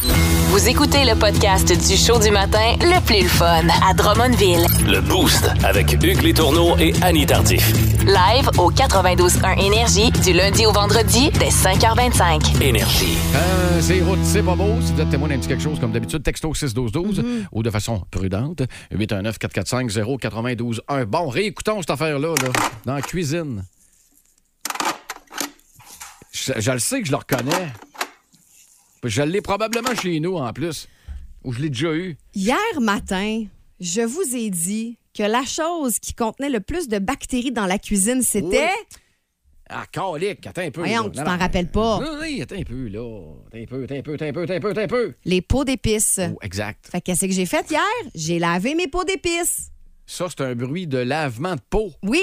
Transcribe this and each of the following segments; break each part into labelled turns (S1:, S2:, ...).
S1: Vous écoutez le podcast du show du matin le plus fun à Drummondville.
S2: Le Boost avec Hugues Létourneau et Annie Tardif.
S1: Live au 92.1 Énergie du lundi au vendredi dès 5h25.
S2: Énergie.
S3: Euh, c'est route, c'est pas beau. Si vous êtes témoin d'un petit quelque chose, comme d'habitude, texto 61212
S4: Mm-hmm.
S3: ou de façon prudente, 819-445-0921. Bon, réécoutons cette affaire-là, là, dans la cuisine. Je, je le sais que je le reconnais. Je l'ai probablement chez nous, en plus. Ou je l'ai déjà eu.
S4: Hier matin, je vous ai dit que la chose qui contenait le plus de bactéries dans la cuisine, c'était.
S3: Ah, calique, attends un peu.
S4: Voyons,
S3: là.
S4: tu
S3: Non,
S4: t'en
S3: non.
S4: rappelles pas.
S3: Non, non, attends un peu, là. Attends un peu, attends un peu, attends un peu, attends un peu, attends un peu.
S4: Les pots d'épices.
S3: Oh, exact.
S4: Fait que qu'est-ce que j'ai fait hier? J'ai lavé mes pots d'épices.
S3: Ça, c'est un bruit de lavement de peau.
S4: Oui,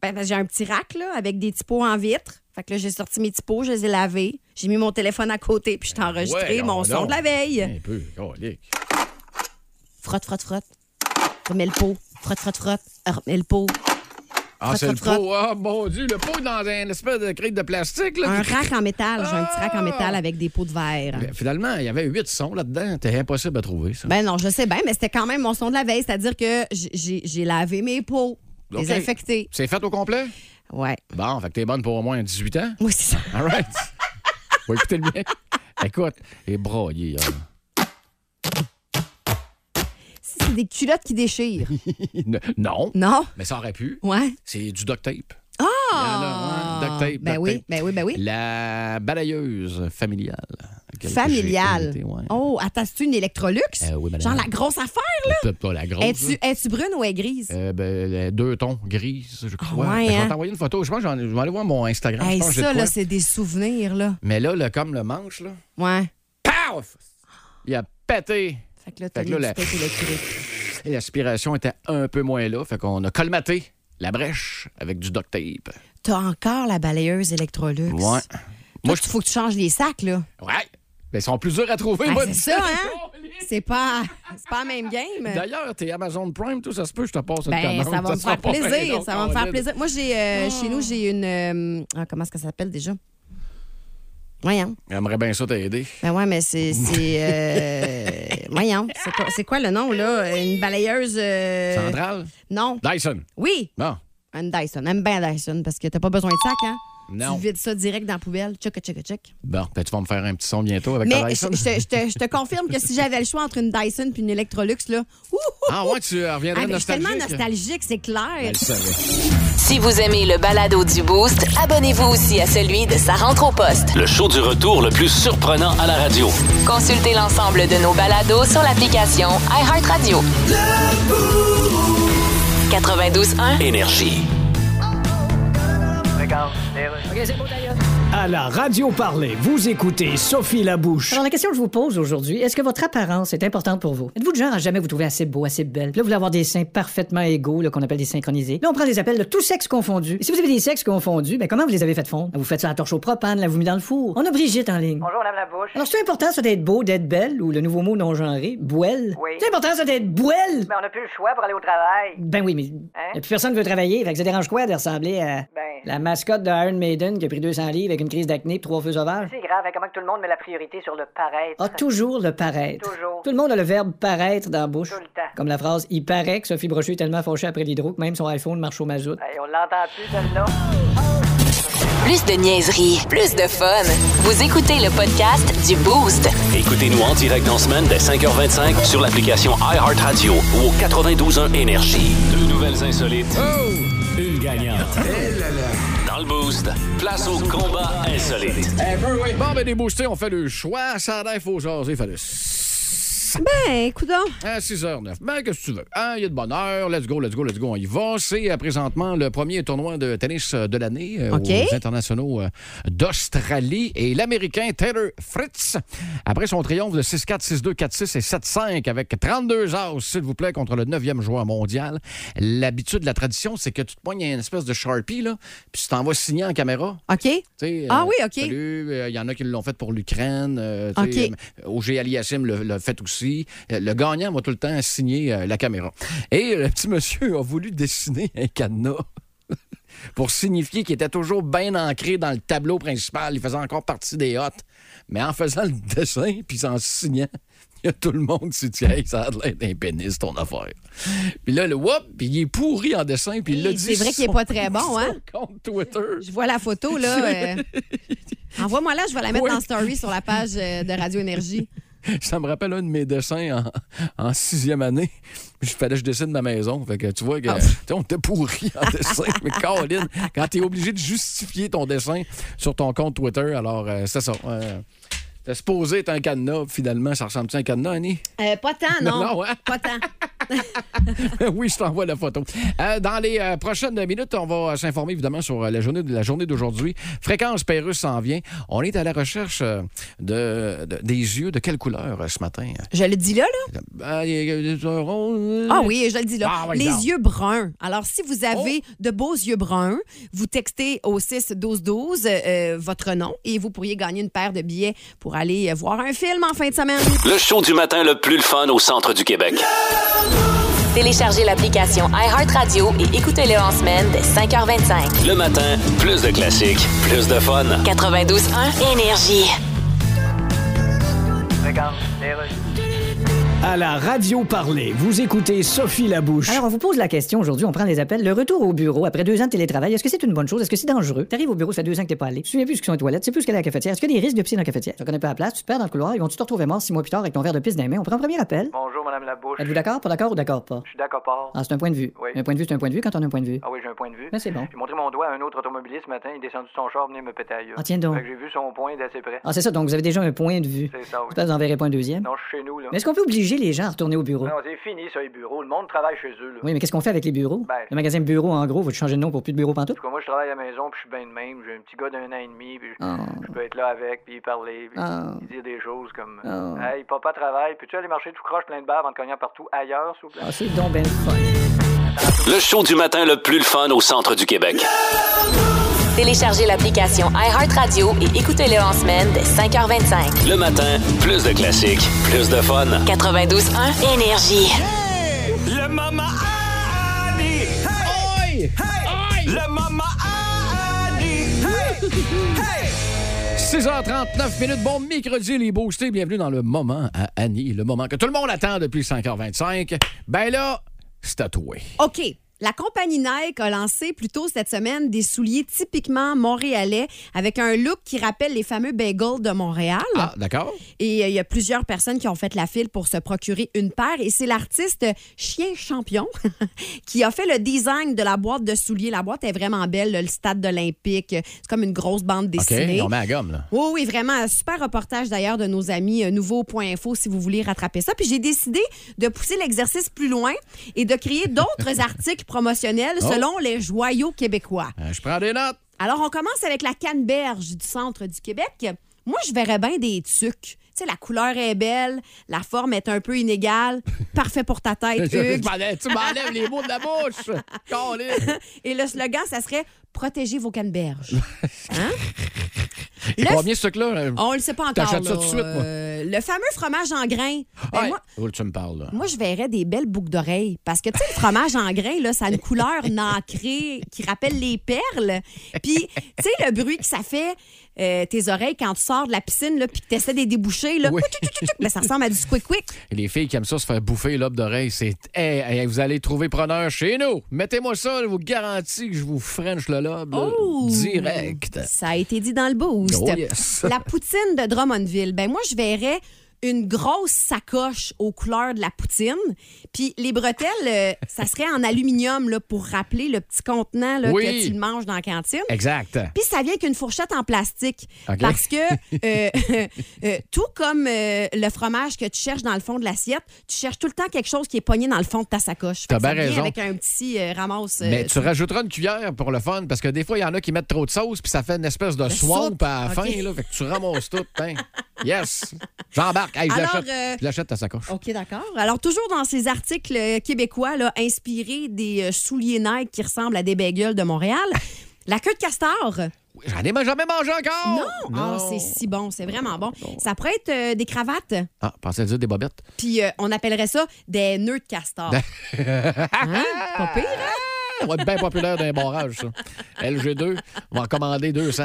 S4: ben, parce que j'ai un petit rack là, avec des petits pots en vitre. Fait que là, j'ai sorti mes petits pots, je les ai lavés. J'ai mis mon téléphone à côté, puis je t'ai enregistré
S3: Ouais,
S4: mon
S3: oh
S4: son
S3: non.
S4: de la veille.
S3: Un peu, calique.
S4: Frotte, frotte, frotte. Remets le pot. Frotte, frotte, frotte. Remets le pot.
S3: Ah, c'est le
S4: Frotte, frotte,
S3: pot. Ah, mon Dieu, le pot est dans un espèce de crête de plastique. Là, Ah!
S4: Un
S3: Puis-
S4: rack en métal. J'ai un petit rack en métal avec des pots de verre.
S3: Ben, Finalement, il y avait huit sons là-dedans. C'était impossible à trouver, ça.
S4: Ben non, je sais bien, mais c'était quand même mon son de la veille, c'est-à-dire que j- j'ai j'ai lavé mes pots,
S3: OK.
S4: les infectés.
S3: C'est fait au complet?
S4: Ouais.
S3: Bon, fait que t'es bonne pour au moins 18 ans.
S4: Moi, c'est ça.
S3: All right. On va écouter le mien. Écoute, et broyé. hein.
S4: C'est des culottes qui déchirent.
S3: non,
S4: non?
S3: mais ça aurait pu.
S4: Ouais.
S3: C'est du duct tape.
S4: Ah!
S3: Il y en a, ouais. Duct tape,
S4: ben
S3: duct
S4: oui,
S3: tape.
S4: ben oui, ben oui.
S3: La balayeuse familiale. Que- que j'ai
S4: Familiale.
S3: hérité, ouais.
S4: Oh, attends, c'est une Electrolux?
S3: Euh, oui, madame.
S4: Genre la grosse affaire, là?
S3: Peut-être pas la grosse.
S4: Es-tu
S3: là.
S4: es-tu brune ou est grise?
S3: Euh, ben, les deux tons grises, je crois. Ben,
S4: ouais,
S3: je vais
S4: hein?
S3: t'envoyer une photo. Je pense que j'en- je vais aller voir mon Instagram. je
S4: Hey,
S3: pense que j'ai
S4: ça,
S3: de quoi.
S4: là, c'est des souvenirs, là.
S3: Mais là, le- comme le manche, là,
S4: Ouais.
S3: paf! Il a pété.
S4: Fait que là,
S3: Fait
S4: t'as
S3: que là,
S4: mis
S3: la-
S4: du tape électrique.
S3: Et L'aspiration était un peu moins là. Fait qu'on a colmaté la brèche avec du duct tape.
S4: T'as encore la balayeuse Electrolux.
S3: Ouais.
S4: Moi,
S3: Moi,
S4: faut que tu changes les sacs, là.
S3: je... Ouais. Mais ils sont plus durs à trouver.
S4: Ah,
S3: moi,
S4: c'est
S3: dis-
S4: ça, hein? C'est pas, c'est pas la même game.
S3: D'ailleurs, t'es Amazon Prime, tout ça se peut, je te passe une
S4: Ben,
S3: commande.
S4: ça va me
S3: sera
S4: faire
S3: pas bien,
S4: plaisir.
S3: donc,
S4: Ça va me faire
S3: Caroline.
S4: plaisir. Moi, j'ai euh, chez nous, j'ai une. euh, ah, comment est-ce que ça s'appelle déjà? Voyons.
S3: J'aimerais bien ça t'aider.
S4: Ben ouais, mais c'est. c'est euh, voyons. C'est quoi, c'est quoi le nom, là? Une balayeuse. euh,
S3: Centrale?
S4: Non.
S3: Dyson.
S4: Oui,
S3: Bon.
S4: une Dyson. Aime bien Dyson parce que t'as pas besoin de sac, hein?
S3: Non.
S4: Tu vides ça direct dans la poubelle. Check, check, check.
S3: Bon, ben, tu vas me faire un petit son bientôt avec ta
S4: Mais je
S3: Dyson.
S4: je te je te- je te confirme que si j'avais le choix entre une Dyson puis une Electrolux, là. Ouh!
S3: Ah ouais, tu reviendrais
S4: Ah, ben, je suis tellement
S3: nostalgique. Ben,
S4: nostalgique, c'est clair.
S3: Elle savait.
S1: Si vous aimez le balado du Boost, abonnez-vous aussi à celui de sa rentre au poste.
S2: Le show du retour le plus surprenant à la radio.
S1: Consultez l'ensemble de nos balados sur l'application iHeartRadio. 92.1,
S2: Énergie.
S5: À la radio parler, vous écoutez Sophie Labouche.
S6: Alors, la question que je vous pose aujourd'hui, est-ce que votre apparence est importante pour vous? Êtes-vous de genre à jamais vous trouver assez beau, assez belle? Puis Là, vous voulez avoir des seins parfaitement égaux, là, qu'on appelle des synchronisés. Là, on prend des appels de tous sexes confondus. Et si vous avez des sexes confondus, ben, comment vous les avez fait fondre? Vous faites ça à la torche au propane, là, vous mis dans le four. On a Brigitte en ligne. Bonjour, madame Labouche. Alors, c'est important, ça, d'être beau, d'être belle, ou le nouveau mot non-genré, bouelle.
S7: Oui.
S6: C'est important, ça, d'être bouelle!
S7: Mais on n'a plus le choix pour aller au travail.
S6: Ben oui, mais.
S7: Hein?
S6: Et puis personne veut travailler, fait que ça dérange quoi de ressembler à.
S7: Ben.
S6: La mascotte de Iron Maiden qui a pris 200 livres avec une crise d'acné pis trois feux sauvages?
S7: C'est grave, hein, comment que tout le monde met la priorité sur le paraître.
S6: a toujours le paraître.
S7: Toujours.
S6: Tout le monde a le verbe paraître dans la bouche.
S7: Tout le temps.
S6: Comme la phrase Il paraît que Sophie Brochu est tellement fauchée après l'hydro que même son iPhone marche au mazout.
S7: Hey, on l'entend plus, celle-là.
S1: plus de niaiserie, plus de fun. Vous écoutez le podcast du Boost.
S2: Écoutez-nous en direct dans la semaine dès 5h25 sur l'application iHeartRadio ou au 92.1 Énergie. Deux nouvelles insolites. Une gagnante. Dans le Boost, place au combat insolite.
S3: Bon, ben, des boostés, on fait le choix. Ça a l'air, faut jaser, fallait.
S4: Ben, écoute donc.
S3: À 6h09. Ben, qu'est-ce que tu veux? Hein, il y a de bonne heure. Let's go, let's go, let's go. On y va. C'est euh, présentement le premier tournoi de tennis euh, de l'année euh,
S4: OK.
S3: aux internationaux euh, d'Australie et l'Américain Taylor Fritz. Après son triomphe de 6-4, 6-2, 4-6 et 7-5 avec 32 as, s'il vous plaît, contre le 9e joueur mondial. L'habitude, la tradition, c'est que tu te poignes une espèce de Sharpie, là, puis tu t'en vas signer en caméra.
S4: OK?
S3: Tu sais,
S4: Ah oui, OK.
S3: salut, euh, Il y en a qui l'ont fait pour l'Ukraine. Euh, tu
S4: OK.
S3: sais, euh, OG Aliassim le, le fait aussi. Euh, Le gagnant va tout le temps signer euh, la caméra. Et le petit monsieur a voulu dessiner un cadenas pour signifier qu'il était toujours bien ancré dans le tableau principal. Il faisait encore partie des hôtes. Mais en faisant le dessin puis en signant, il y a tout le monde qui s'est dit, hey, ça a l'air d'un pénis, ton affaire. Puis là, le whoop, puis il est pourri en dessin, puis il l'a
S4: Hey,
S3: dit.
S4: c'est vrai
S3: sur
S4: qu'il est pas très bon,
S3: son
S4: hein?
S3: compte Twitter.
S4: Je vois la photo, là. euh, Envoie-moi là, je vais la mettre
S3: Oui.
S4: en story sur la page euh, de Radio Énergie.
S3: Ça me rappelle un de mes dessins en, en sixième année. Il fallait que je dessine ma maison. Fait que tu vois que tu sais, on était pourri en dessin. Mais Caroline, quand tu es obligé de justifier ton dessin sur ton compte Twitter, alors euh, c'est ça. Euh, T'es supposé être un cadenas, finalement, ça ressemble-tu à un cadenas, Annie?
S4: Euh, pas tant, non.
S3: Non, non, hein?
S4: Pas tant.
S3: oui, je t'envoie la photo. Euh, dans les euh, prochaines minutes, on va euh, s'informer évidemment sur euh, la journée, la journée d'aujourd'hui. Fréquence Pérus s'en vient. On est à la recherche euh, de, de- des yeux de quelle couleur euh, ce matin?
S4: Je le dis là, là?
S3: Ah, il y a des yeux ronds.
S4: Ah oui, je le dis là.
S3: Ah oui, Oh.
S4: les
S3: non.
S4: yeux bruns. Alors, si vous avez de beaux yeux bruns, vous textez au 6 12 12 euh, votre nom et vous pourriez gagner une paire de billets pour aller euh, voir un film en fin de semaine.
S2: Le show du matin le plus le fun au centre du Québec.
S1: Téléchargez l'application iHeartRadio et écoutez-le en semaine dès 5h25.
S2: Le matin, plus de classiques, plus de fun.
S1: 92.1 Énergie.
S7: Regarde, les rues.
S5: À la radio parler, vous écoutez Sophie Labouche.
S6: Alors, on vous pose la question aujourd'hui, on prend les appels. Le retour au bureau après deux ans de télétravail, est-ce que c'est une bonne chose? Est-ce que c'est dangereux? T'arrives au bureau, ça fait deux ans que t'es pas allé. Tu te souviens plus ce qu'ils sont les toilettes, tu sais plus ce qu'elle est à la cafetière. Est-ce qu'il y a des risques de pisser dans la cafetière? Tu connais pas la place, tu te perds dans le couloir, ils vont te retrouver mort six mois plus tard avec ton verre de pisse dans les mains. On prend un premier appel.
S7: Bonjour, Madame Labouche.
S6: Êtes-vous d'accord, pas d'accord ou d'accord pas?
S7: Je suis d'accord, pas.
S6: Ah, c'est un point de vue.
S7: Oui.
S6: Un point de vue, c'est un point de vue quand on a un point de vue.
S7: Ah oui, j'ai un point de vue.
S6: Mais c'est bon.
S7: J'ai montré mon doigt à un autre automobiliste ce matin. Il est descendu de son char, venait me péter ailleurs.
S6: Ah, tiens donc.
S7: J'ai vu son point d'assez près.
S6: Ah, c'est ça, donc vous avez déjà un point de vue.
S7: C'est ça, oui.
S6: J'espère que vous enverrez pas un deuxième.
S7: Non, je suis chez nous, là.
S6: Mais est-ce qu'on peut obliger les gens à retourner au bureau?
S7: Non, c'est fini, ça, les bureaux. Le monde travaille chez eux, là.
S6: Oui, mais qu'est-ce qu'on fait avec les bureaux?
S7: Ben-
S6: Le magasin bureau, en gros, vous changer de nom pour plus de bureau pantoute?
S7: En tout cas, moi, je travaille à la maison, puis je suis bien de même. J'ai un petit gars d'un an et demi, puis je,
S6: Ah.
S7: je peux être là avec, puis parler, puis
S6: Ah.
S7: puis dire des choses comme
S6: Ah.
S7: Hey, papa travaille, puis tu aller marcher tout croche plein de barres en te cognant partout ailleurs, s'il vous plaît?
S6: Ah, c'est donc ben le fun.
S2: Le show du matin le plus le fun au centre du Québec.
S1: Téléchargez l'application iHeartRadio et écoutez-le en semaine dès 5h25.
S2: Le matin, plus de classiques, plus de fun.
S1: 92.1 Énergie.
S8: Le Mama Annie.
S3: Aïe!
S8: Le Mama Annie.
S3: 6h39 minutes. Bon mercredi, les boostés. Bienvenue dans le moment à Annie, le moment que tout le monde attend depuis 5h25. Ben là, c'est tatoué.
S4: OK. La compagnie Nike a lancé plus tôt cette semaine des souliers typiquement montréalais avec un look qui rappelle les fameux bagels de Montréal.
S3: Ah, d'accord?
S4: Et euh, il y a plusieurs personnes qui ont fait la file pour se procurer une paire. Et c'est l'artiste Chien Champion qui a fait le design de la boîte de souliers. La boîte est vraiment belle, là, le stade olympique. C'est comme une grosse bande
S3: OK,
S4: dessinée.
S3: on met à gomme, là.
S4: Oui, oui, vraiment. Un super reportage d'ailleurs de nos amis euh, Nouveau.info si vous voulez rattraper ça. Puis j'ai décidé de pousser l'exercice plus loin et de créer d'autres articles promotionnels
S3: Oh.
S4: selon les joyaux québécois.
S3: Euh, je prends des notes.
S4: Alors, on commence avec la canneberge du centre du Québec. Moi, je verrais bien des tucs. Tu sais, la couleur est belle, la forme est un peu inégale. Parfait pour ta tête,
S3: Je
S4: Hugues.
S3: m'enlève- tu m'enlèves les mots de la bouche. Colin.
S4: Et le slogan, ça serait Protégez vos canneberges. Hein?
S3: Et
S4: Le-
S3: combien ce truc-là? là?
S4: On le sait pas encore.
S3: T'achètes ça
S4: là.
S3: tout de suite, moi.
S4: Euh, le fameux fromage en grains. Ben,
S3: Hey,
S4: moi,
S3: où Oh, tu me parles, là?
S4: moi, je verrais des belles boucles d'oreilles. Parce que, tu sais, le fromage en grains, là, ça a une couleur nacrée qui rappelle les perles. Puis, tu sais, le bruit que ça fait, euh, tes oreilles, quand tu sors de la piscine, là, puis que tu essaies des débouchés, là,
S3: Oui.
S4: Ouh, tchou, tchou, tchou. Ben, ça ressemble à du squick-quick.
S3: Et les filles qui aiment ça se faire bouffer l'obe d'oreille, c'est. Hey, hey, vous allez trouver preneur chez nous. Mettez-moi ça, je vous garantis que je vous french le lobe là,
S4: Oh!
S3: direct.
S4: Ça a été dit dans le boost.
S3: Euh. Oh, yes.
S4: La poutine de Drummondville. Ben moi, je verrais une grosse sacoche aux couleurs de la poutine. Puis les bretelles, euh, ça serait en aluminium là, pour rappeler le petit contenant là,
S3: Oui.
S4: que tu le manges dans la cantine.
S3: Exact.
S4: Puis ça vient qu'une fourchette en plastique.
S3: OK.
S4: Parce que euh, euh, tout comme euh, le fromage que tu cherches dans le fond de l'assiette, tu cherches tout le temps quelque chose qui est pogné dans le fond de ta sacoche. Fait
S3: T'as
S4: que ça
S3: bien
S4: vient
S3: raison.
S4: avec un petit euh, ramasse. euh,
S3: Mais tu rajouteras une cuillère pour le fun, parce que des fois, il y en a qui mettent trop de sauce, puis ça fait une espèce de swamp
S4: soupe.
S3: à la
S4: OK.
S3: fin, là. Fait que tu ramasses tout, hein. Yes! J'embarque. Hey, je
S4: Alors,
S3: l'achète.
S4: euh,
S3: Je l'achète ta sacoche.
S4: OK, d'accord. Alors, toujours dans ces articles euh, québécois là, inspirés des euh, souliers Nike qui ressemblent à des bagels de Montréal, la queue de castor.
S3: Oui, J'en ai jamais mangé encore!
S4: Oh. Non! Ah, c'est si bon, c'est vraiment bon. Ça pourrait être euh, des cravates,
S3: Ah, pensais dire des bobettes.
S4: puis euh, on appellerait ça des nœuds de castor. Hein? Pas pire,
S3: Eh,
S4: hein?
S3: Ça va être bien populaire dans les barrages, ça. LG2, on va en commander 200.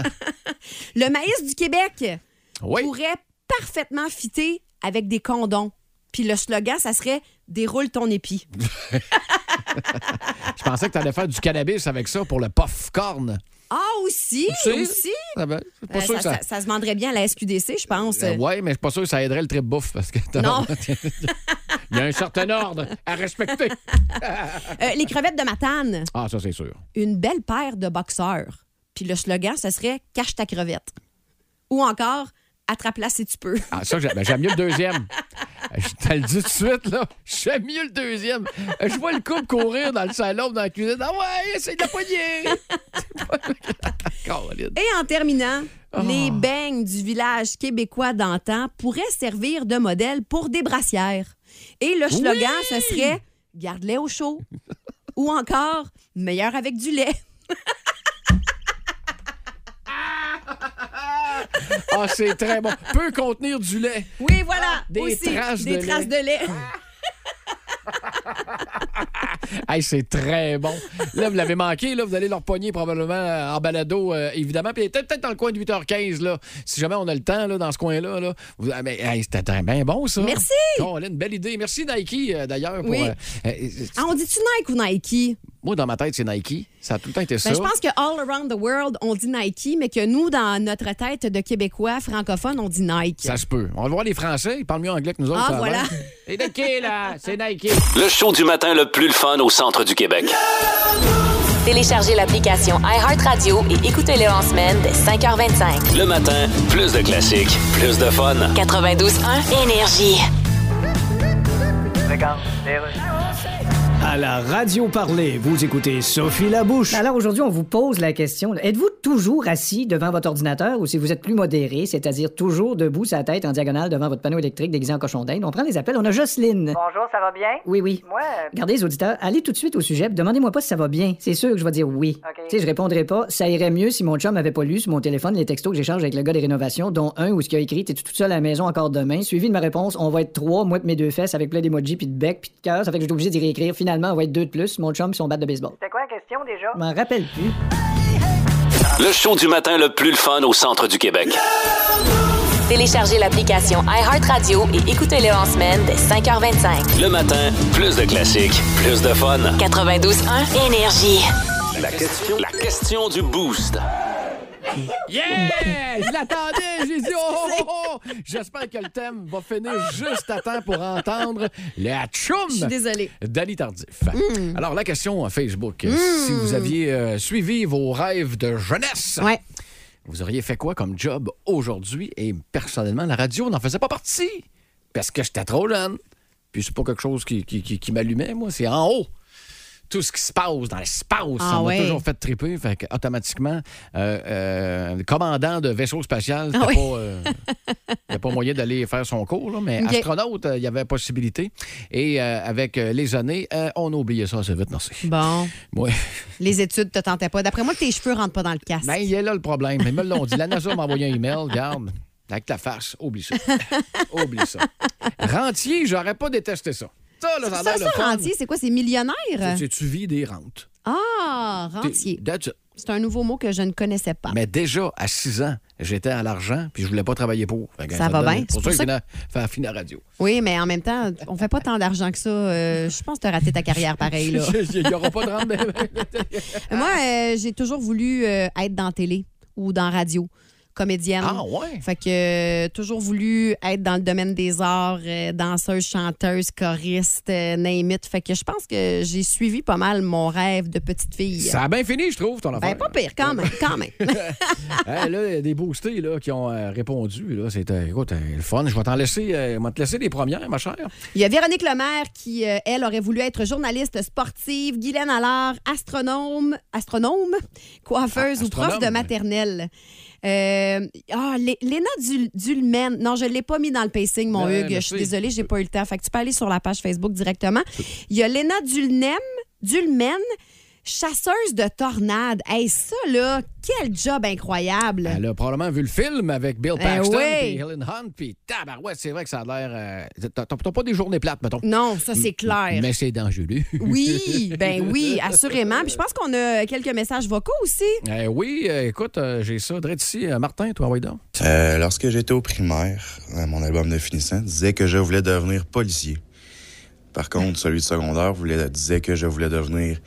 S4: Le maïs du Québec.
S3: Oui.
S4: pourrait parfaitement fitter avec des condons. Puis le slogan, ça serait Déroule ton épi.
S3: Je pensais que tu allais faire du cannabis avec ça pour le puff corn.
S4: Ah, aussi,
S3: Tu sais?
S4: aussi.
S3: Ah ben, c'est pas
S4: Euh,
S3: sûr que
S4: ça,
S3: ça.
S4: ça- ça se vendrait bien à la SQDC, je pense.
S3: Euh, ouais, mais je suis pas sûr que ça aiderait le trip bouffe parce que t'as-
S4: Non.
S3: il y a un certain ordre à respecter.
S4: Euh, les crevettes de Matane,
S3: Ah, ça, c'est sûr.
S4: une belle paire de boxeurs. Puis le slogan, ce serait Cache ta crevette. Ou encore Attrape-la si tu peux.
S3: Ah, ça, j'ai- ben, j'aime mieux le deuxième. Je te le dis tout de suite, là. J'aime mieux le deuxième. Je vois le couple courir dans le salon, dans la cuisine. Ah ouais, c'est de la poignée. Caroline.
S4: Et en terminant, les beignes du village québécois d'antan pourraient servir de modèle pour des brassières. Et le slogan, ce serait Garde-les au chaud. Ou encore Meilleur avec du lait.
S3: Ah, c'est très bon. Peut contenir du lait.
S4: Oui, voilà.
S3: Des
S4: aussi,
S3: traces
S4: Ah, des
S3: de lait.
S4: traces de lait.
S3: Hey, c'est très bon. Là, vous l'avez manqué, là, vous allez leur pogner probablement euh, en balado, euh, évidemment. Puis peut-être peut-être dans le coin de 8h15, là, si jamais on a le temps, là, dans ce coin-là. Là, Vous- ah, mais, hey, C'était très bien bon, ça.
S4: Merci.
S3: une belle idée. Merci, Nike, euh, d'ailleurs. pour,
S4: Oui.
S3: euh, euh,
S4: Ah, on dit-tu Nike ou Nike?
S3: moi, dans ma tête, c'est Nike. Ça a tout le temps été ça.
S4: Ben, je pense que all around the world, on dit Nike, mais que nous, dans notre tête de Québécois francophones, on dit Nike.
S3: Ça se peut. On va voir les Français. Ils parlent mieux anglais que nous autres.
S4: Ah,
S3: avant.
S4: voilà.
S3: C'est Nike, là. C'est Nike.
S2: Le show du matin le plus le fun au centre du Québec.
S1: Téléchargez l'application iHeartRadio et écoutez-le en semaine dès 5h25.
S2: Le matin, plus de classiques, plus de fun.
S1: 92.1 Énergie.
S5: À la radio parler, vous écoutez Sophie Labouche.
S6: Ben Alors aujourd'hui, on vous pose la question. là. Êtes-vous toujours assis devant votre ordinateur ou si vous êtes plus modéré, c'est-à-dire toujours debout, sa tête en diagonale devant votre panneau électrique déguisé en cochon d'Inde? On prend les appels. On a Jocelyne.
S9: Bonjour, ça va bien?
S6: Oui, oui.
S9: Moi, euh,
S6: Regardez les auditeurs, allez tout de suite au sujet, puis demandez-moi pas si ça va bien. C'est sûr que je vais dire oui.
S9: OK.
S6: Tu sais, je répondrai pas. Ça irait mieux si mon chum avait pas lu sur mon téléphone les textos que j'échange avec le gars des rénovations, dont un où ce qu'il a écrit T'es-tu toute seule à la maison encore demain Suivi de ma réponse On va être trois, moi de mes deux fesses, avec plein d'emojis, puis de bec, puis de cœur. Ça fait que je suis obligé d'y réécrire. Finalement, on va être deux de plus, mon chum, puis son bat de baseball.
S9: c'était quoi la question déjà?
S6: Je m'en rappelle plus.
S2: Le show du matin le plus le fun au centre du Québec.
S1: Téléchargez l'application iHeartRadio et écoutez-le en semaine dès 5h25.
S2: Le matin, plus de classiques, plus de fun.
S1: 92.1 Énergie.
S2: La question, la question du boost.
S3: Yeah! Je l'attendais! J'ai dit oh, oh, oh! J'espère que le thème va finir juste à temps pour entendre le Hachoum!
S4: Je suis désolée.
S3: Dali Tardif. Alors, la question à Facebook. Si vous aviez euh, suivi vos rêves de jeunesse,
S4: Ouais.
S3: vous auriez fait quoi comme job aujourd'hui? Et personnellement, la radio n'en faisait pas partie parce que j'étais trop jeune. Puis c'est pas quelque chose qui, qui- qui- qui m'allumait, moi. C'est en haut. Tout ce qui se passe dans l'espace,
S4: Ah
S3: ça m'a
S4: ouais.
S3: toujours fait triper. Fait que, automatiquement, euh, euh, le commandant de vaisseau spatial, c'était
S4: Ah ouais.
S3: pas, euh, il n'y a pas moyen d'aller faire son cours, là, mais
S4: Ok.
S3: astronaute, euh, il y avait possibilité. Et euh, avec euh, les années, euh, on a oublié ça assez vite, merci.
S4: Bon,
S3: Ouais.
S4: les études te tentaient pas. D'après moi, tes cheveux rentrent pas dans le casque.
S3: Ben, il est là le problème. Ils me l'ont dit. La NASA m'a envoyé un email, regarde, avec la farce, oublie ça. oublie ça. Rentier, j'aurais pas détesté ça. Ça, là, ça a
S4: ça,
S3: l'air
S4: ça,
S3: le fun.
S4: rentier, c'est quoi? C'est millionnaire?
S3: Tu, tu vis des rentes.
S4: Ah,
S3: T'es-
S4: rentier.
S3: that's it.
S4: C'est un nouveau mot que je ne connaissais pas.
S3: Mais déjà, à 6 ans, j'étais à l'argent, puis je voulais pas travailler pour. Fait que
S4: Ça va
S3: me donne-
S4: bien.
S3: Pour ça, que je viens faire finir la radio.
S4: Oui, mais en même temps, on fait pas tant d'argent que ça. Euh, je pense que tu as raté ta carrière pareil. Là.
S3: Il n'y aura pas de rente.
S4: Moi, euh, j'ai toujours voulu euh, être dans télé ou dans radio, comédienne.
S3: ah, ouais.
S4: Fait que euh, toujours voulu être dans le domaine des arts, euh, danseuse, chanteuse, choriste, euh, name it. Fait que je pense que j'ai suivi pas mal mon rêve de petite fille.
S3: Ça a bien fini, je trouve, ton
S4: Ben,
S3: affaire.
S4: pas pire, quand même, quand même.
S3: Hey, là, il y a des boostés là, qui ont euh, répondu. là. C'était, écoute, euh, le fun. Je vais t'en laisser, euh, je vais te laisser les premières, ma chère.
S4: Il y a Véronique Lemaire qui, euh, elle, aurait voulu être journaliste sportive, Guylaine Allard, astronome, astronome, coiffeuse
S3: Ah,
S4: ou prof de
S3: astronome.
S4: maternelle. Euh, ah, Lé- Léna Dul- Dulmen. Non, je ne l'ai pas mis dans le pacing, mon
S3: Ben,
S4: Hugues. Je suis
S3: merci.
S4: désolée, j'ai pas eu le temps. Fait que tu peux aller sur la page Facebook directement. Il y a Léna Dulnem, Dulmen Chasseuse de tornades. Hey, ça, là, quel job incroyable.
S3: Elle a probablement vu le film avec Bill
S4: Eh
S3: Paxton
S4: oui.
S3: puis Helen Hunt puis tabarouette, c'est vrai que ça a l'air euh, t'as t'as pas des journées plates mettons.
S4: Non, ça, c'est clair.
S3: Mais c'est dangereux.
S4: Oui, ben oui, assurément. Puis je pense qu'on a quelques messages vocaux aussi.
S3: Eh oui, euh, écoute, euh, j'ai ça direct ici Euh, Martin, toi oui donc.
S9: Euh, lorsque j'étais au primaire, euh, mon album de finissant disait que je voulais devenir policier. Par contre, celui de secondaire voulait, disait que je voulais devenir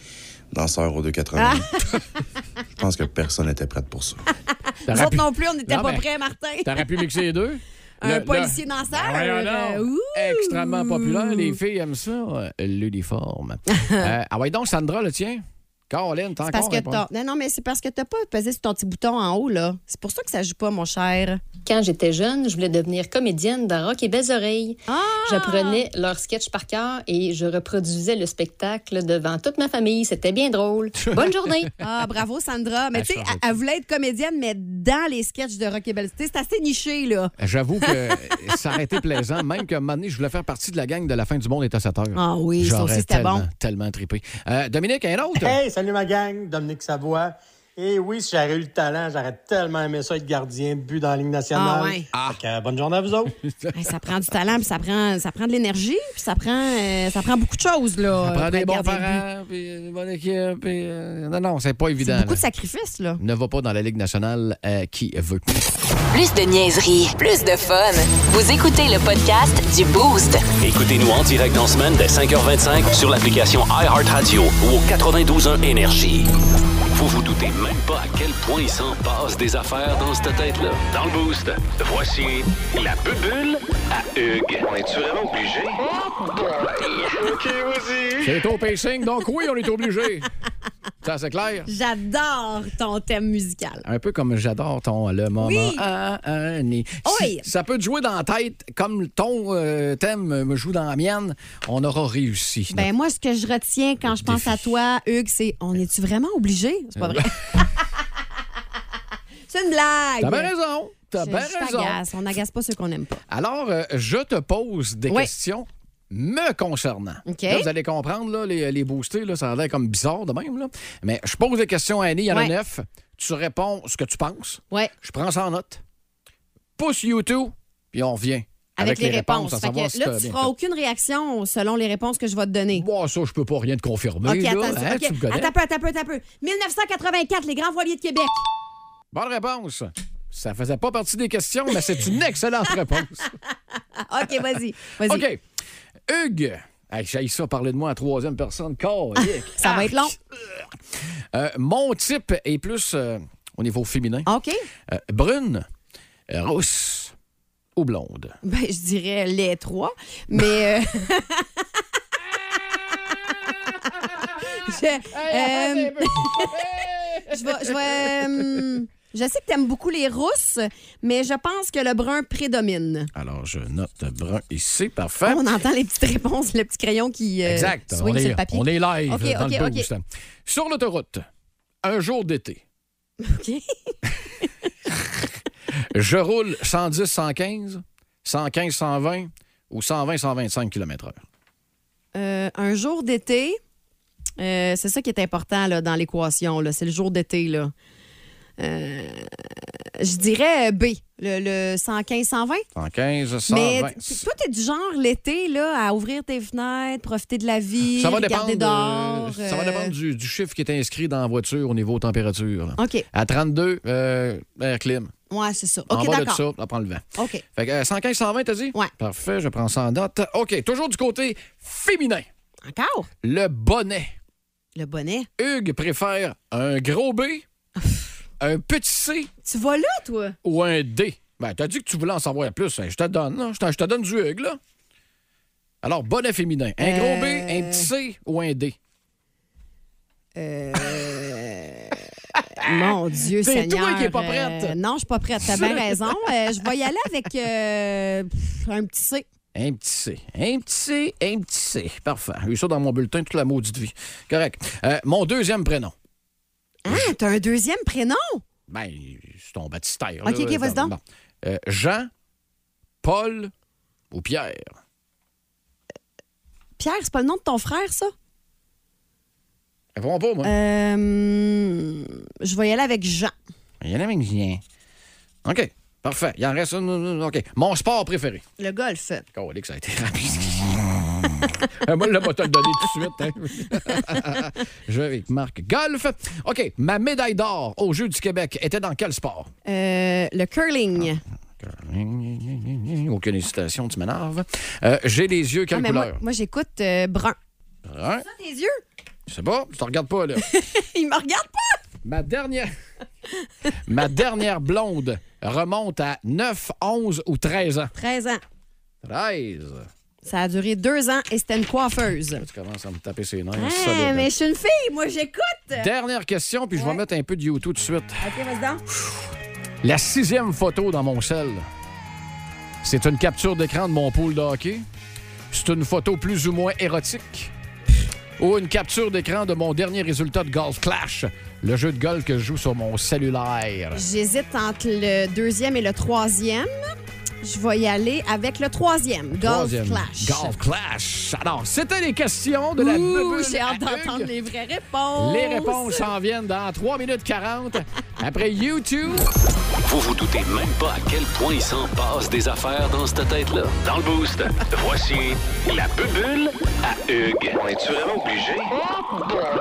S9: danseur au 280.
S3: Ah!
S9: je pense que personne n'était prête pour ça.
S4: Nous autres non plus, on n'était
S3: Non,
S4: pas
S3: mais-
S4: prêts, Martin.
S3: T'aurais pu mixer les deux.
S4: Un
S3: Le-
S4: policier
S3: le-
S4: danseur.
S3: Ben voyons
S4: euh,
S3: donc.
S4: ouh.
S3: Extrêmement populaire. Les filles aiment ça, euh, l'uniforme. Euh, ah ouais, donc, Sandra, le tien? Caroline, t'as encore.
S4: Parce que
S3: répondu.
S4: t'as... Non, non, mais c'est parce que t'as pas pesé sur ton petit bouton en haut, là. C'est pour ça que ça joue pas, mon cher.
S10: Quand j'étais jeune, je voulais devenir comédienne dans Rock et Belles Oreilles.
S4: Ah!
S10: J'apprenais leurs sketchs par cœur et je reproduisais le spectacle devant toute ma famille. C'était bien drôle. Bonne journée!
S4: Ah, bravo, Sandra. Mais
S3: Ah,
S4: tu sais,
S3: je savais
S4: elle, elle voulait être comédienne, mais dans les sketchs de Rocky Bell. Tu sais, c'est assez niché, là.
S3: J'avoue que ça aurait été plaisant, même qu'à un moment donné, je voulais faire partie de la gang de la fin du monde est à 7 heures.
S4: Ah oui, ça aussi,
S3: J'aurais
S4: c'était
S3: tellement,
S4: bon.
S3: tellement trippé. Euh, Dominique, un autre?
S11: Hey, salut ma gang, Dominique Savoie. Et oui, si j'avais eu le talent, j'aurais tellement aimé ça être gardien de but dans la Ligue nationale.
S4: Ah ouais.
S11: Fait que, euh, bonne journée à vous autres.
S4: Hey, ça prend du talent, puis ça prend, ça prend de l'énergie, puis ça prend, euh, ça prend beaucoup de choses, là.
S3: Ça
S4: euh,
S3: prend
S4: pour
S3: des
S4: être
S3: bons
S4: gardien de but.
S3: parents, puis une bonne équipe. puis, euh, Non, non, c'est pas évident.
S4: C'est beaucoup
S3: là.
S4: de sacrifices, là.
S3: Ne va pas dans la Ligue nationale euh, qui veut.
S1: Plus de niaiserie, plus de fun. Vous écoutez le podcast du Boost.
S2: Écoutez-nous en direct dans la semaine dès 5h25 sur l'application iHeartRadio ou au 92.1 Énergie. Vous vous doutez même pas à quel point il s'en passe des affaires dans cette tête-là. Dans le boost, voici la bubule à Hugues. On est-tu vraiment obligé?
S3: C'est au pacing, donc oui, on est obligé. Ça, c'est clair?
S4: J'adore ton thème musical.
S3: Un peu comme j'adore ton le moment.
S4: Oui.
S3: Ah, ah, ni.
S4: Oui.
S3: Si ça peut te jouer dans la tête comme ton euh, thème me joue dans la mienne. On aura réussi.
S4: Ben moi, ce que je retiens quand je pense à toi, Hugues, c'est on est-tu vraiment obligé? C'est pas vrai. c'est une blague.
S3: T'as bien raison. T'as
S4: Je-
S3: bien
S4: je
S3: raison.
S4: t'agace. On n'agace pas ceux qu'on n'aime pas.
S3: Alors, euh, je te pose des
S4: Oui.
S3: questions me concernant.
S4: OK.
S3: Là, vous allez comprendre, là, les, les boostés, là, ça a l'air comme bizarre de même. Là. Mais je pose des questions à Annie, il y en a
S4: Ouais.
S3: neuf. Tu réponds ce que tu penses.
S4: Ouais.
S3: Je prends ça en note. Pousse YouTube, puis on revient. Avec, les, réponses, à
S4: Fait que
S3: savoir si
S4: là,
S3: t'as
S4: tu
S3: bien
S4: feras
S3: fait.
S4: aucune réaction selon les réponses que je vais te donner.
S3: Bon, ça, je peux pas rien te confirmer.
S4: OK,
S3: là,
S4: attends,
S3: hein,
S4: OK.
S3: tu me connais.
S4: Attends un peu, attends un peu, attends un peu. 1984, les grands voiliers de Québec.
S3: Bonne réponse. Ça faisait pas partie des questions, mais c'est une excellente réponse.
S4: Ah, OK, vas-y. Vas-y.
S3: OK. Hugues. Hey, j'haïs ça parler de moi en troisième personne. Calique.
S4: Ça va être long.
S3: Euh, mon type est plus euh, au niveau féminin.
S4: OK.
S3: Euh, brune, euh, rousse ou blonde.
S4: Ben, je dirais les trois, mais. euh, je, euh, je vais. Je, vais, euh, je sais que t'aimes beaucoup les rousses, mais je pense que le brun prédomine.
S3: Alors, je note brun ici. Parfait.
S4: On entend les petites réponses, le petit crayon qui euh,
S3: Exact.
S4: swing
S3: On
S4: sur
S3: est,
S4: le papier.
S3: on est live
S4: OK,
S3: dans
S4: OK,
S3: le
S4: OK.
S3: boost. Sur l'autoroute, un jour d'été.
S4: OK.
S3: Je roule 110, 115, 115, 120 ou 120, 125 km/h.
S4: Euh, un jour d'été, euh, c'est ça qui est important là, dans l'équation. là, C'est le jour d'été. là. Euh, je dirais euh, B, le, le 115-120.
S3: 115,
S4: Mais
S3: 120.
S4: t- toi, t'es du genre l'été là, à ouvrir tes fenêtres, profiter de la vie,
S3: Ça va dépendre,
S4: regarder dehors.
S3: euh, ça va
S4: euh,
S3: dépendre du, du chiffre qui est inscrit dans la voiture au niveau température. là.
S4: euh, OK,
S3: À 32, euh, air clim.
S4: ouais, c'est ça.
S3: en
S4: OK,
S3: bas de ça,
S4: d'accord.
S3: on prend le vent.
S4: OK.
S3: Fait que euh, 115, 120, t'as dit?
S4: Ouais.
S3: Parfait, je prends ça en note. OK, toujours du côté féminin.
S4: Encore?
S3: Le bonnet.
S4: Le bonnet.
S3: Hugues préfère un gros B, un petit C
S4: Tu vas là, toi?
S3: ou un D? Ben, t'as dit que tu voulais en savoir plus. hein. Je te donne, non? Je te, je te donne du Hugues, là. Alors, bonnet féminin. Un gros B,
S4: Euh.
S3: un petit C ou un D?
S4: Euh, Mon Dieu,
S3: C'est
S4: Seigneur.
S3: toi qui es pas prête.
S4: euh, non, je suis pas prête. T'as bien raison. Euh, je vais y aller avec euh, pff, un petit C.
S3: Un petit C. Un petit C, un petit C. Parfait. J'ai eu ça dans mon bulletin toute la maudite vie. Correct. Euh, mon deuxième prénom.
S4: Ah, t'as un deuxième prénom?
S3: Ben, c'est ton baptistère.
S4: OK,
S3: là.
S4: OK, vas-y donc.
S3: Bon. Euh, Jean, Paul ou Pierre?
S4: Pierre, c'est pas le nom de ton frère, ça?
S3: Elles vont pas, moi.
S4: Euh, je vais y aller avec Jean.
S3: Il y en a même qui viennent. OK. Parfait. Il en reste une. OK. Mon sport préféré.
S4: Le golf.
S3: Oh, que ça a été rapide. Euh, Moi, là, je vais te le donner tout de suite. hein. je vais avec Marc Golf. OK. Ma médaille d'or aux Jeux du Québec était dans quel sport?
S4: Euh, le curling.
S3: Aucune hésitation, tu m'énerves. Euh, J'ai les yeux, quelle
S4: Ah, mais moi,
S3: couleur?
S4: moi, j'écoute euh, brun.
S3: Brun.
S4: Tes yeux?
S3: Je sais pas, tu te regardes pas, là.
S4: Il me regarde pas!
S3: Ma dernière. Ma dernière blonde remonte à 9, 11 ou 13 ans.
S4: 13 ans.
S3: 13.
S4: Ça a duré deux ans et c'était une coiffeuse.
S3: Tu commences à me taper ses nerfs.
S4: Hein,
S3: solide, hein.
S4: mais je suis une fille, moi j'écoute!
S3: Dernière question, puis je vais mettre un peu de YouTube tout de suite.
S4: Ok, vas-y donc.
S3: La sixième photo dans mon sel, c'est une capture d'écran de mon pool de hockey. C'est une photo plus ou moins érotique. Ou une capture d'écran de mon dernier résultat de Golf Clash, le jeu de golf que je joue sur mon cellulaire.
S4: J'hésite entre le deuxième et le troisième. Je vais y aller avec le troisième, Golf
S3: Troisième.
S4: Clash.
S3: Golf Clash. Alors, c'était les questions de la
S4: Ouh,
S3: bubule
S4: j'ai hâte
S3: à
S4: d'entendre
S3: Hugues.
S4: les vraies réponses.
S3: Les réponses s'en viennent dans 3 minutes 40 après YouTube.
S2: Vous vous doutez même pas à quel point il s'en passe des affaires dans cette tête-là. Dans le boost, voici la bubule à Hugues. On est-tu vraiment obligé?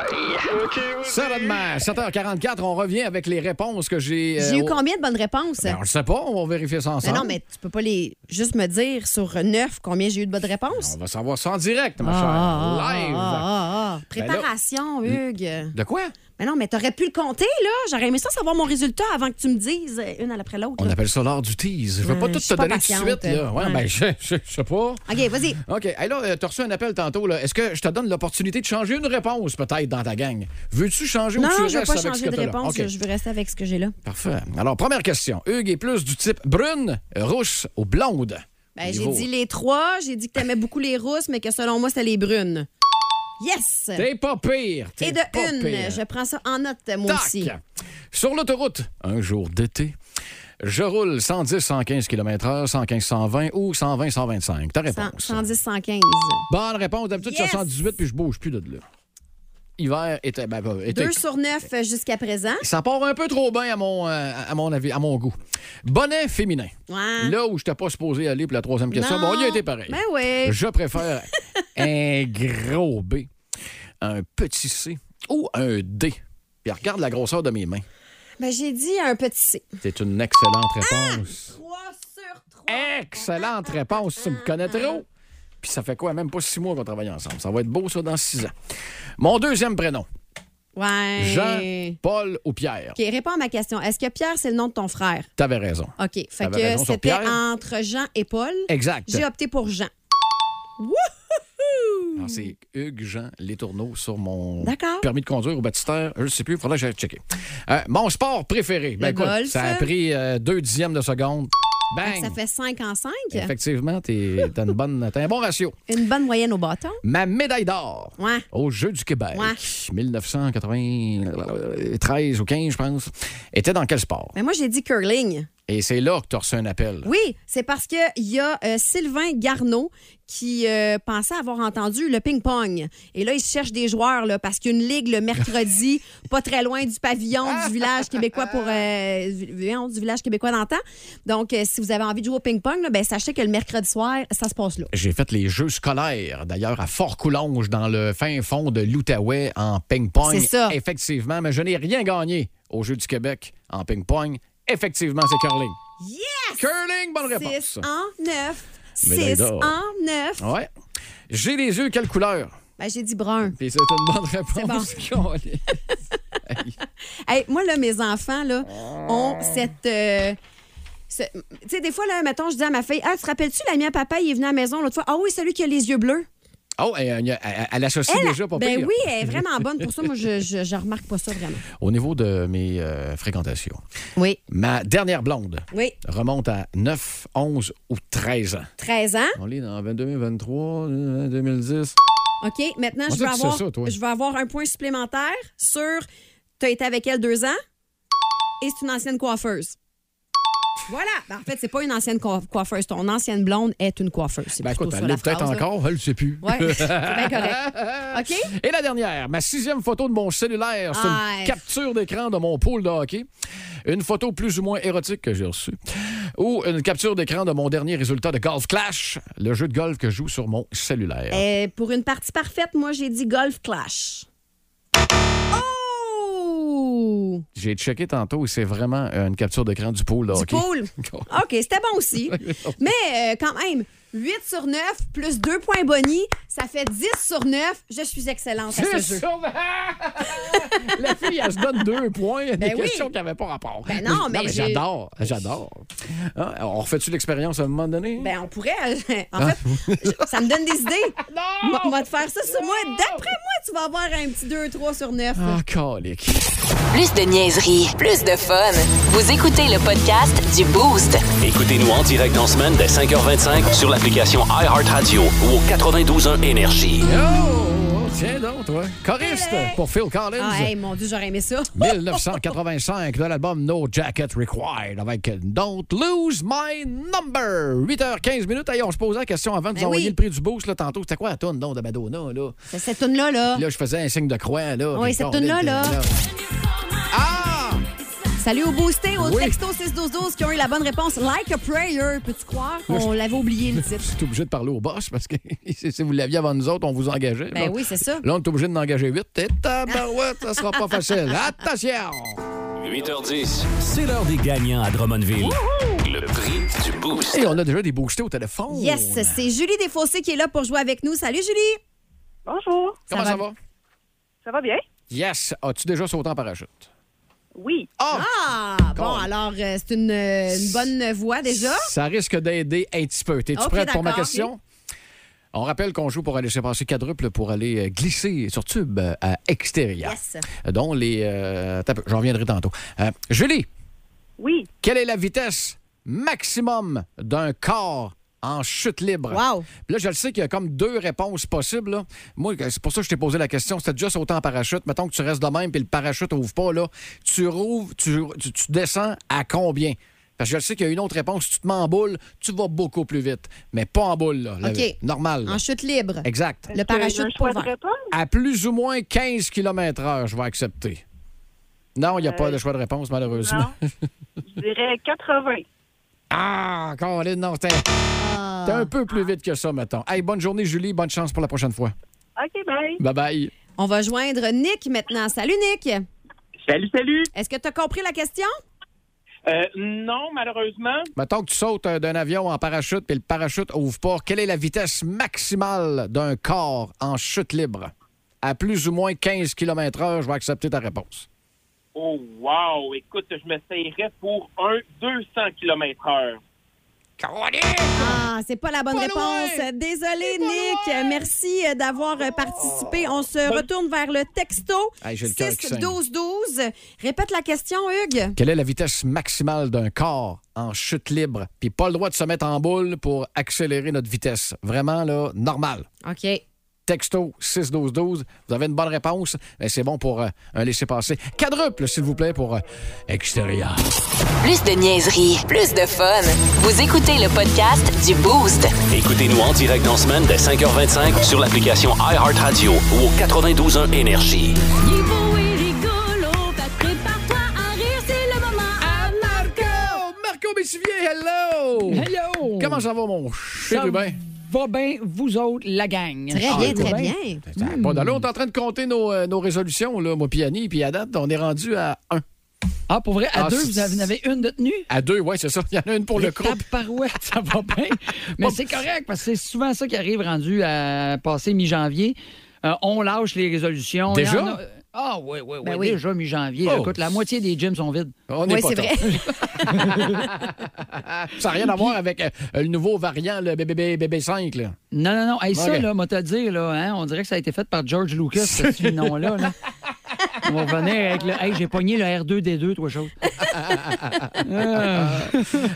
S3: Seulement, 7h44, on revient avec les réponses que j'ai. euh,
S4: J'ai eu
S3: au-
S4: combien de bonnes réponses?
S3: Ben, on le sait pas, on va vérifier ça
S4: Mais
S3: ensemble.
S4: non, mais tu peux pas les juste me dire sur neuf combien j'ai eu de bonnes réponses.
S3: On va savoir ça en direct, ma
S4: Ah,
S3: chère.
S4: ah, ah,
S3: Live.
S4: ah, ah, ah.
S3: Ben là-
S4: Préparation, Hugues.
S3: De quoi?
S4: Mais non, mais t'aurais pu le compter, là. J'aurais aimé ça savoir mon résultat avant que tu me dises euh, une après l'autre.
S3: On
S4: là.
S3: appelle ça l'art du tease. Je veux pas
S4: Ouais,
S3: tout
S4: je
S3: te
S4: suis pas
S3: donner tout de
S4: patiente. euh,
S3: suite. Là. Ouais,
S4: Ouais.
S3: ben, je, je- je sais pas.
S4: OK, vas-y.
S3: OK. Hey, là, tu as reçu un appel tantôt. là. Est-ce que je te donne l'opportunité de changer une réponse, peut-être, dans ta gang? Veux-tu changer
S4: Non,
S3: ou tu
S4: non,
S3: restes
S4: je vais pas
S3: avec ce
S4: changer
S3: que
S4: de
S3: t'as là?
S4: réponse.
S3: OK.
S4: Je veux rester avec ce que j'ai là.
S3: Parfait. Alors, première question. Hugues est plus du type brune, rousse ou blonde?
S4: Ben, j'ai
S3: Niveau-
S4: dit les trois. J'ai dit que t'aimais beaucoup les rousses, mais que selon moi, c'était les brunes. Yes!
S3: T'es pas pire. t'es
S4: Et de
S3: pas
S4: une,
S3: pire.
S4: je prends ça en note, moi
S3: Tac!
S4: aussi.
S3: Sur l'autoroute, un jour d'été, je roule 110, 115 km/h, 115, 120 ou 120, 125. Ta réponse.
S4: 110, 115.
S3: Bonne réponse. D'habitude, je suis à
S4: Yes!
S3: 118 puis je bouge plus de là. Hiver, été. Ben, ben, été.
S4: 2 sur 9 jusqu'à présent.
S3: Ça part un peu trop bien à mon, euh, à mon avis, à mon goût. Bonnet féminin.
S4: Ouais.
S3: Là où je n'étais pas supposé aller pour la troisième question,
S4: Hein? Non.
S3: bon, il a été pareil.
S4: Ben oui.
S3: Je préfère un gros B, un petit C ou un D. Puis regarde la grosseur de mes mains.
S4: Ben, j'ai dit un petit C.
S3: C'est une excellente
S4: Ah!
S3: réponse.
S4: 3 sur 3.
S3: Excellente réponse. Tu me connais trop. Puis ça fait quoi? Même pas six mois qu'on travaille ensemble. Ça va être beau, ça, dans six ans. Mon deuxième prénom,
S4: Ouais.
S3: Jean, Paul ou Pierre?
S4: OK, réponds à ma question. Est-ce que Pierre, c'est le nom de ton frère?
S3: T'avais raison.
S4: OK. Fait
S3: T'avais
S4: que
S3: raison sur
S4: c'était
S3: Pierre. hein?
S4: entre Jean et Paul.
S3: Exact.
S4: J'ai opté pour Jean.
S3: Alors, c'est Hugues Jean Létourneau sur mon
S4: Hmm. D'accord.
S3: permis de conduire au baptistère. Je ne sais plus, il faudrait que j'aille checker. Euh, mon sport préféré. Ben,
S4: Le
S3: écoute,
S4: golf. Ah,
S3: Ça a pris euh, deux dixièmes de seconde. Bang!
S4: Ça fait 5 en 5.
S3: Effectivement, t'es- t'as une bonne- t'as un bon ratio.
S4: Une bonne moyenne au bâton.
S3: Ma médaille d'or
S4: Ouais.
S3: au Jeu du Québec,
S4: Ouais.
S3: 1993 ou 15, je pense, était dans quel sport?
S4: Mais moi, j'ai dit curling.
S3: Et c'est là que tu as reçu un appel.
S4: Oui, c'est parce qu'il y a euh, Sylvain Garneau qui euh, pensait avoir entendu le ping-pong. Et là, il cherche des joueurs là, parce qu'il y a une ligue le mercredi, pas très loin du pavillon du village québécois pour euh, du- voyons, du village québécois d'antan. Donc, euh, si vous avez envie de jouer au ping-pong, là, ben, sachez que le mercredi soir, ça se passe là.
S3: J'ai fait les Jeux scolaires, d'ailleurs, à Fort-Coulonge, dans le fin fond de l'Outaouais, en ping-pong.
S4: C'est ça.
S3: Effectivement, mais je n'ai rien gagné aux Jeux du Québec en ping-pong. Effectivement, c'est curling.
S4: Yes!
S3: Curling, bonne réponse.
S4: 6 en 9.
S3: Médaille
S4: 6
S3: d'or.
S4: en 9.
S3: Ouais. J'ai les yeux, quelle couleur?
S4: Ben, j'ai dit brun.
S3: Puis c'est une bonne réponse. Colin.
S4: Hey, moi, là, mes enfants, là,
S3: Ah.
S4: ont cette. euh, ce- tu sais, des fois, là, mettons, je dis à ma fille, ah, tu te rappelles-tu, l'ami à papa, il est venu à la maison l'autre fois. Ah oui, celui qui a les yeux bleus.
S3: Oh, elle, elle- elle- elle associe
S4: Elle,
S3: déjà pas
S4: ben
S3: pire.
S4: oui, elle est vraiment bonne pour ça. Moi, je, je, je remarque pas ça vraiment.
S3: Au niveau de mes euh, fréquentations,
S4: Oui.
S3: ma dernière blonde
S4: Oui.
S3: remonte à 9, 11 ou 13 ans.
S4: 13 ans.
S3: On est dans 22, 23, 2010.
S4: OK. Maintenant,
S3: Moi,
S4: je vais,
S3: ça, tu sais
S4: avoir,
S3: ça, toi.
S4: je vais avoir un point supplémentaire sur. Tu as été avec elle deux ans et c'est une ancienne coiffeuse. Voilà. Ben, en fait, c'est pas une ancienne co- coiffeuse. Ton ancienne blonde est une coiffeuse. C'est
S3: Ben
S4: plutôt
S3: écoute,
S4: ça,
S3: elle
S4: la
S3: l'est peut-être
S4: phrase, là.
S3: encore, elle ne sait plus.
S4: Ouais, c'est bien correct. OK?
S3: Et la dernière, ma sixième photo de mon cellulaire, c'est
S4: Ah,
S3: une
S4: ouais.
S3: capture d'écran de mon pool de hockey. Une photo plus ou moins érotique que j'ai reçue. Ou une capture d'écran de mon dernier résultat de Golf Clash, le jeu de golf que je joue sur mon cellulaire.
S4: Euh, pour une partie parfaite, moi, j'ai dit Golf Clash. Oh!
S3: J'ai checké tantôt et c'est vraiment euh, une capture d'écran du pool de
S4: Du
S3: hockey.
S4: pool. OK, c'était bon aussi. Mais euh, quand même, 8 sur 9 plus 2 points Bonnie, ça fait 10 sur 9. Je suis excellente à ce
S3: 10
S4: jeu.
S3: sur La fille, elle se donne deux points. Il y a des
S4: Ben oui.
S3: questions qui n'avaient pas rapport.
S4: Ben non, mais j'ai-
S3: j'adore. J'adore. Hein, on refait-tu l'expérience à un moment donné?
S4: Ben, on pourrait. euh,
S3: Ah.
S4: en fait, je- ça me donne des idées. non! On va te faire ça sur moi. D'après moi, tu vas avoir un petit 2-3 sur 9.
S3: Ah, calique.
S1: Plus de niaiserie, plus de fun. Vous écoutez le podcast du Boost.
S2: Écoutez-nous en direct en semaine dès 5h25 sur l'application iHeartRadio ou au 92.1 Énergie.
S3: Oh, tiens donc, toi. Choriste pour Phil Collins.
S4: Ah, hey, mon Dieu, j'aurais aimé ça.
S3: 1985 de l'album No Jacket Required avec Don't Lose My Number. 8h15 minutes. Hey, on se posait la question avant de vous
S4: Ben
S3: envoyer
S4: oui.
S3: le prix du boost là, tantôt. C'était quoi la toune donc, de Madonna? Là?
S4: C'est cette tune-là, là.
S3: Puis là, je faisais un signe de croix. Là,
S4: Ah. Oui,
S3: puis
S4: cette
S3: Colin,
S4: tune-là, là.
S3: Ah!
S4: Salut aux boostés, aux
S3: Oui.
S4: textos 612 qui ont eu la bonne réponse. Like a prayer, peux-tu croire qu'on l'avait oublié le titre?
S3: Je suis obligé de parler au boss parce que si vous l'aviez avant nous autres, on vous engageait.
S4: Ben
S3: Là,
S4: oui, c'est ça.
S3: Là, on est obligé d'en engager vite. Et tabarouette, ça sera pas facile. Attention!
S2: 8h10, c'est l'heure des gagnants à Drummondville. Le prix du boost.
S3: Et on a déjà des boostés au téléphone.
S4: Yes, c'est Julie Desfossés qui est là pour jouer avec nous. Salut Julie! Bonjour!
S3: Comment ça va?
S12: Ça va bien?
S3: Yes. As-tu déjà sauté en parachute?
S12: Oui.
S3: Oh!
S4: Ah! Bon,
S3: Cool.
S4: alors, euh, c'est une, euh, une bonne voix déjà.
S3: Ça risque d'aider un petit peu. Es-tu
S4: Ok,
S3: prête pour ma
S4: d'accord.
S3: question? On rappelle qu'on joue pour aller se passer quadruple pour aller euh, glisser sur tube euh, à extérieur.
S4: Yes.
S3: Dont les. euh, attends un peu, J'en reviendrai tantôt. Euh, Julie.
S12: Oui.
S3: Quelle est la vitesse maximum d'un corps en chute libre?
S4: Wow.
S3: Puis là, je le sais qu'il y a comme deux réponses possibles. là. Moi, c'est pour ça que je t'ai posé la question. C'était déjà sauté en parachute. Mettons que tu restes de même puis le parachute ouvre pas. là. Tu rouvres, tu, tu- tu descends à combien? Parce que je le sais qu'il y a une autre réponse. Si tu te mets en boule, tu vas beaucoup plus vite. Mais pas en boule, là. La-
S4: OK.
S3: Normal. là.
S4: En chute Euh, libre.
S3: Exact.
S4: Le parachute pas ouvert.
S3: À plus ou moins 15 km h je vais accepter. Non, il n'y a pas de choix de réponse, malheureusement.
S12: Euh, Je dirais 80.
S3: Ah, Colin, non, t'es
S12: Ah.
S3: t'es un peu plus vite que ça, mettons. Hey, bonne journée, Julie. Bonne chance pour la prochaine fois.
S12: OK, bye.
S3: Bye-bye.
S4: On va joindre Nick maintenant. Salut Nick!
S13: Salut, salut.
S4: Est-ce que tu as compris la question?
S13: Euh, non, malheureusement.
S3: Mettons que tu sautes euh, d'un avion en parachute puis le parachute ouvre pas. Quelle est la vitesse maximale d'un corps en chute libre? À plus ou moins 15 km h je vais accepter ta réponse.
S13: Oh, wow. Écoute, je m'essayerais pour un 200 km/h.
S4: Ah, c'est pas la bonne réponse. Désolé, Nick. Merci euh, d'avoir euh, participé. On se retourne vers le texto.
S3: Hey, j'ai le cœur qui saigne.
S4: 6-12-12. Répète la question, Hugues.
S3: Quelle est la vitesse maximale d'un corps en chute libre? Puis pas le droit de se mettre en boule pour accélérer notre vitesse. Vraiment, là, normal.
S4: OK.
S3: Texto 6-12-12. Vous avez une bonne réponse. mais c'est bon pour euh, un laisser-passer. Quadruple, s'il vous plaît, pour euh, extérieur.
S1: Plus de niaiserie, plus de fun. Vous écoutez le podcast du Boost.
S2: Écoutez-nous en direct en semaine dès 5h25 sur l'application iHeartRadio ou au 92.1 Énergie.
S14: Niveau est rigolo, fait que prépare-toi à rire, c'est le moment à Marco!
S3: Marco Messivier, hello!
S15: Hello!
S3: Comment ça va, mon chérubin?
S15: Va bien, Ah, ben, vous autres, la gang.
S3: Très
S15: Ça
S3: bien,
S15: va
S3: très bien.
S15: Mmh.
S3: Bon, là, on est en train de compter nos, euh, nos résolutions, là, moi, puis Annie, puis à date, on est rendu à 1.
S15: Ah, pour vrai, à
S3: Ah,
S15: deux,
S3: c'est-
S15: vous en avez une de tenue?
S3: À 2, oui, c'est ça. Il y en a une pour le
S15: Tape
S3: couple.
S15: parouette, ça va bien. Mais c'est correct, parce que c'est souvent ça qui arrive rendu à passer mi-janvier. Euh, on lâche les résolutions. Il y en
S3: Déjà?
S15: a- Ah oui, oui, oui,
S3: Ben oui.
S15: déjà mi-janvier.
S3: Oh.
S15: Écoute, la moitié des gyms sont vides.
S3: On est Oui, pas c'est top. Ça n'a rien à voir avec euh, le nouveau variant, le BBB, BB5. Là.
S15: Non, non, non. Hey, Ça,
S3: Ok.
S15: là, moi, te dire, là, hein, on dirait que ça a été fait par George Lucas, ce nom-là. là. On va revenir avec le. Hey, j'ai pogné le R2D2, toi, chose.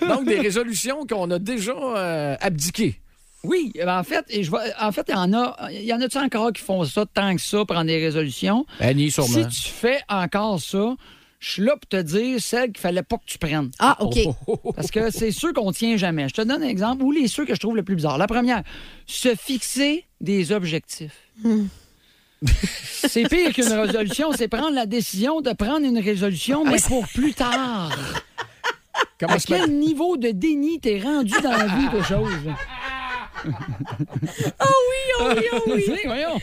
S3: Donc, des résolutions qu'on a déjà euh, abdiquées.
S15: Oui, ben, en fait, et je vois- en fait, il y en a, il y en a-tu encore qui font ça tant que ça, prendre des résolutions.
S3: Annie, sûrement.
S15: Si tu fais encore ça,
S3: je suis là pour te dire celles qu'il fallait pas que tu prennes.
S4: Ah, OK.
S3: Oh. Parce que c'est ceux qu'on tient jamais. Je te donne un exemple ou les ceux que je trouve le plus bizarre. La première, se fixer des objectifs. C'est pire qu'une résolution, c'est prendre la décision de prendre une résolution, mais pour plus tard.
S6: Comment
S3: à
S6: se mettre-
S3: quel niveau de déni t'es rendu dans la vie de choses?
S4: Oh oui, oh oui, oh oui.
S3: Tu sais, voyons.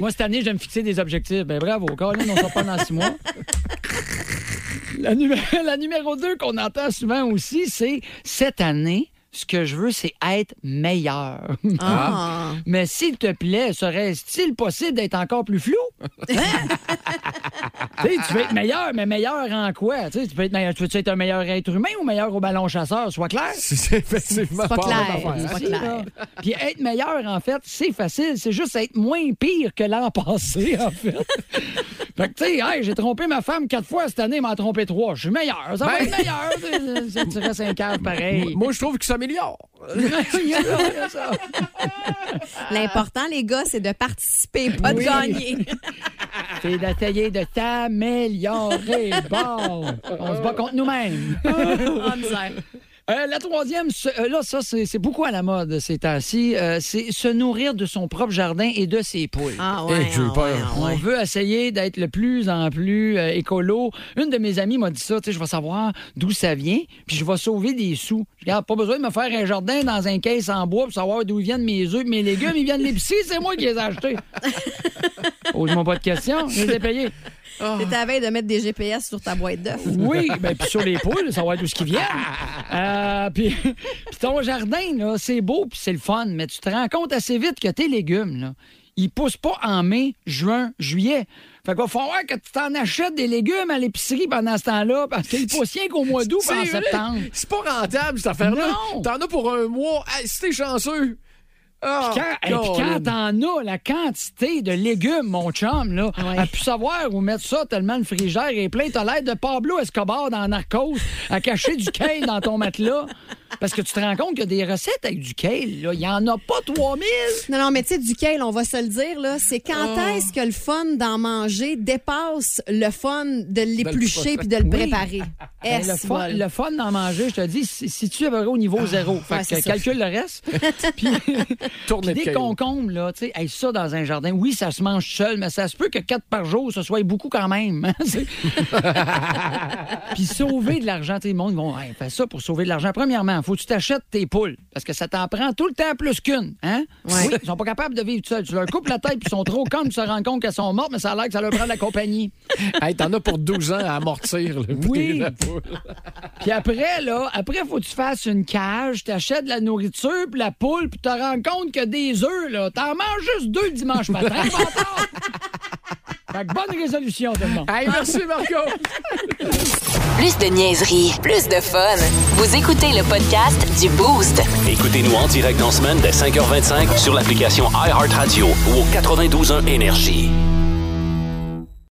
S3: Moi, cette année, je vais me fixer des objectifs. Ben bravo, Colin, on s'en parle dans six mois. La, numé- la numéro deux qu'on entend souvent aussi, c'est cette année, ce que je veux, c'est être meilleur.
S16: Ah.
S3: Mais s'il te plaît, serait-il possible d'être encore plus flou? Tu sais, tu veux être meilleur, mais meilleur en quoi? Tu sais, tu peux être meilleur, tu veux être un meilleur être humain ou meilleur au ballon chasseur? Sois clair.
S6: C'est effectivement
S3: pas,
S6: pas
S3: clair.
S6: la même affaire.
S3: c'est
S6: C'est
S3: pas clair. Puis être meilleur, en fait, c'est facile. C'est juste être moins pire que l'an passé, en fait. fait que, tu sais, hey, j'ai trompé ma femme quatre fois cette année, elle m'a trompé trois. Je suis meilleur. Ça va
S6: Ben-
S3: être meilleur. Tu- tu- Tu restes un cave
S6: Moi-
S3: pareil.
S6: Moi, je trouve qu'il s'améliore.
S4: L'important, les gars, c'est de participer, pas de
S3: Oui.
S4: gagner.
S3: C'est d'essayer de t'améliorer. Bon, on se bat contre nous-mêmes.
S4: Ah, En misère.
S3: Euh, la troisième, ce- euh, là, ça, c'est c'est beaucoup à la mode ces temps-ci. euh, c'est se nourrir de son propre jardin et de ses poules.
S4: Ah ouais, Hey, j'ai eu ah peur. ouais, ah ouais.
S3: On veut essayer d'être le plus en plus euh, écolo. Une de mes amies m'a dit ça, tu sais, je vais savoir d'où ça vient, puis je vais sauver des sous. Je dis, Ah, pas besoin de me faire un jardin dans un caisse en bois pour savoir d'où viennent mes œufs, mes légumes, ils viennent de l'épicerie, c'est moi qui les ai achetés. Pose-moi pas de questions, je les ai payés.
S4: T'es à veille de mettre des GPS sur ta boîte d'œufs.
S3: Oui, ben, puis sur les poules, ça va être d'où ce qui vient. Euh, puis, puis ton jardin, là, c'est beau, puis c'est le fun, mais tu te rends compte assez vite que tes légumes, là, ils poussent pas en mai, juin, juillet. Fait qu'il va falloir que tu t'en achètes des légumes à l'épicerie pendant ce temps-là, parce qu'ils poussent rien qu'au mois d'août, puis en
S6: vrai.
S3: septembre.
S6: C'est pas rentable, cette affaire-là. T'en as pour un mois. Hey, si t'es chanceux. Ah,
S3: Puis quand, et puis quand t'en as la quantité de légumes, mon chum, là, a pu savoir où mettre ça tellement le frigère est plein. T'as l'air de Pablo Escobar dans Narcos à cacher du kale dans ton matelas. Parce que tu te rends compte qu'il y a des recettes avec du kale, là. Il y en a pas 3000.
S4: Non, non, mais tu sais, duquel, on va se le dire, là, c'est quand
S3: Ah.
S4: est-ce que le fun d'en manger dépasse le fun de l'éplucher puis de le
S3: Oui.
S4: préparer?
S3: Mais
S4: Est-ce
S3: le, fun,
S4: bol?
S3: le fun d'en manger, je te dis, si, si tu es au niveau zéro, fait
S4: Ah. ouais,
S3: que
S4: c'est ça.
S3: calcule le reste. puis,
S6: Tourne
S3: puis des
S6: de kale.
S3: concombres, là, tu sais, hey, ça dans un jardin, oui, ça se mange seul, mais ça se peut que quatre par jour, ce soit beaucoup quand même. C'est- puis sauver de l'argent, tu sais, le monde ils vont, hey, fais ça pour sauver de l'argent. Premièrement, faut que tu t'achètes tes poules, parce que ça t'en prend tout le temps plus qu'une, hein? Oui, ils sont pas capables de vivre tout seuls. Tu leur coupes la tête, puis ils sont trop calmes, ils se rendent compte qu'elles sont mortes, mais ça a l'air que ça leur prend de la compagnie.
S6: Hey, t'en as pour 12 ans à amortir le prix
S3: Oui.
S6: de la poule.
S3: Puis après, là, après, faut que tu fasses une cage, t'achètes de la nourriture, puis la poule, puis te rends compte que des œufs, là, t'en manges juste deux le dimanche matin. Bon, attends. fait que bonne résolution, tout le monde.
S6: Hey, merci, Marco.
S1: Plus de niaiserie, plus de fun. Vous écoutez le podcast du Boost.
S2: Écoutez-nous en direct dans la semaine dès 5h25 sur l'application iHeartRadio ou au 92.1 Énergie.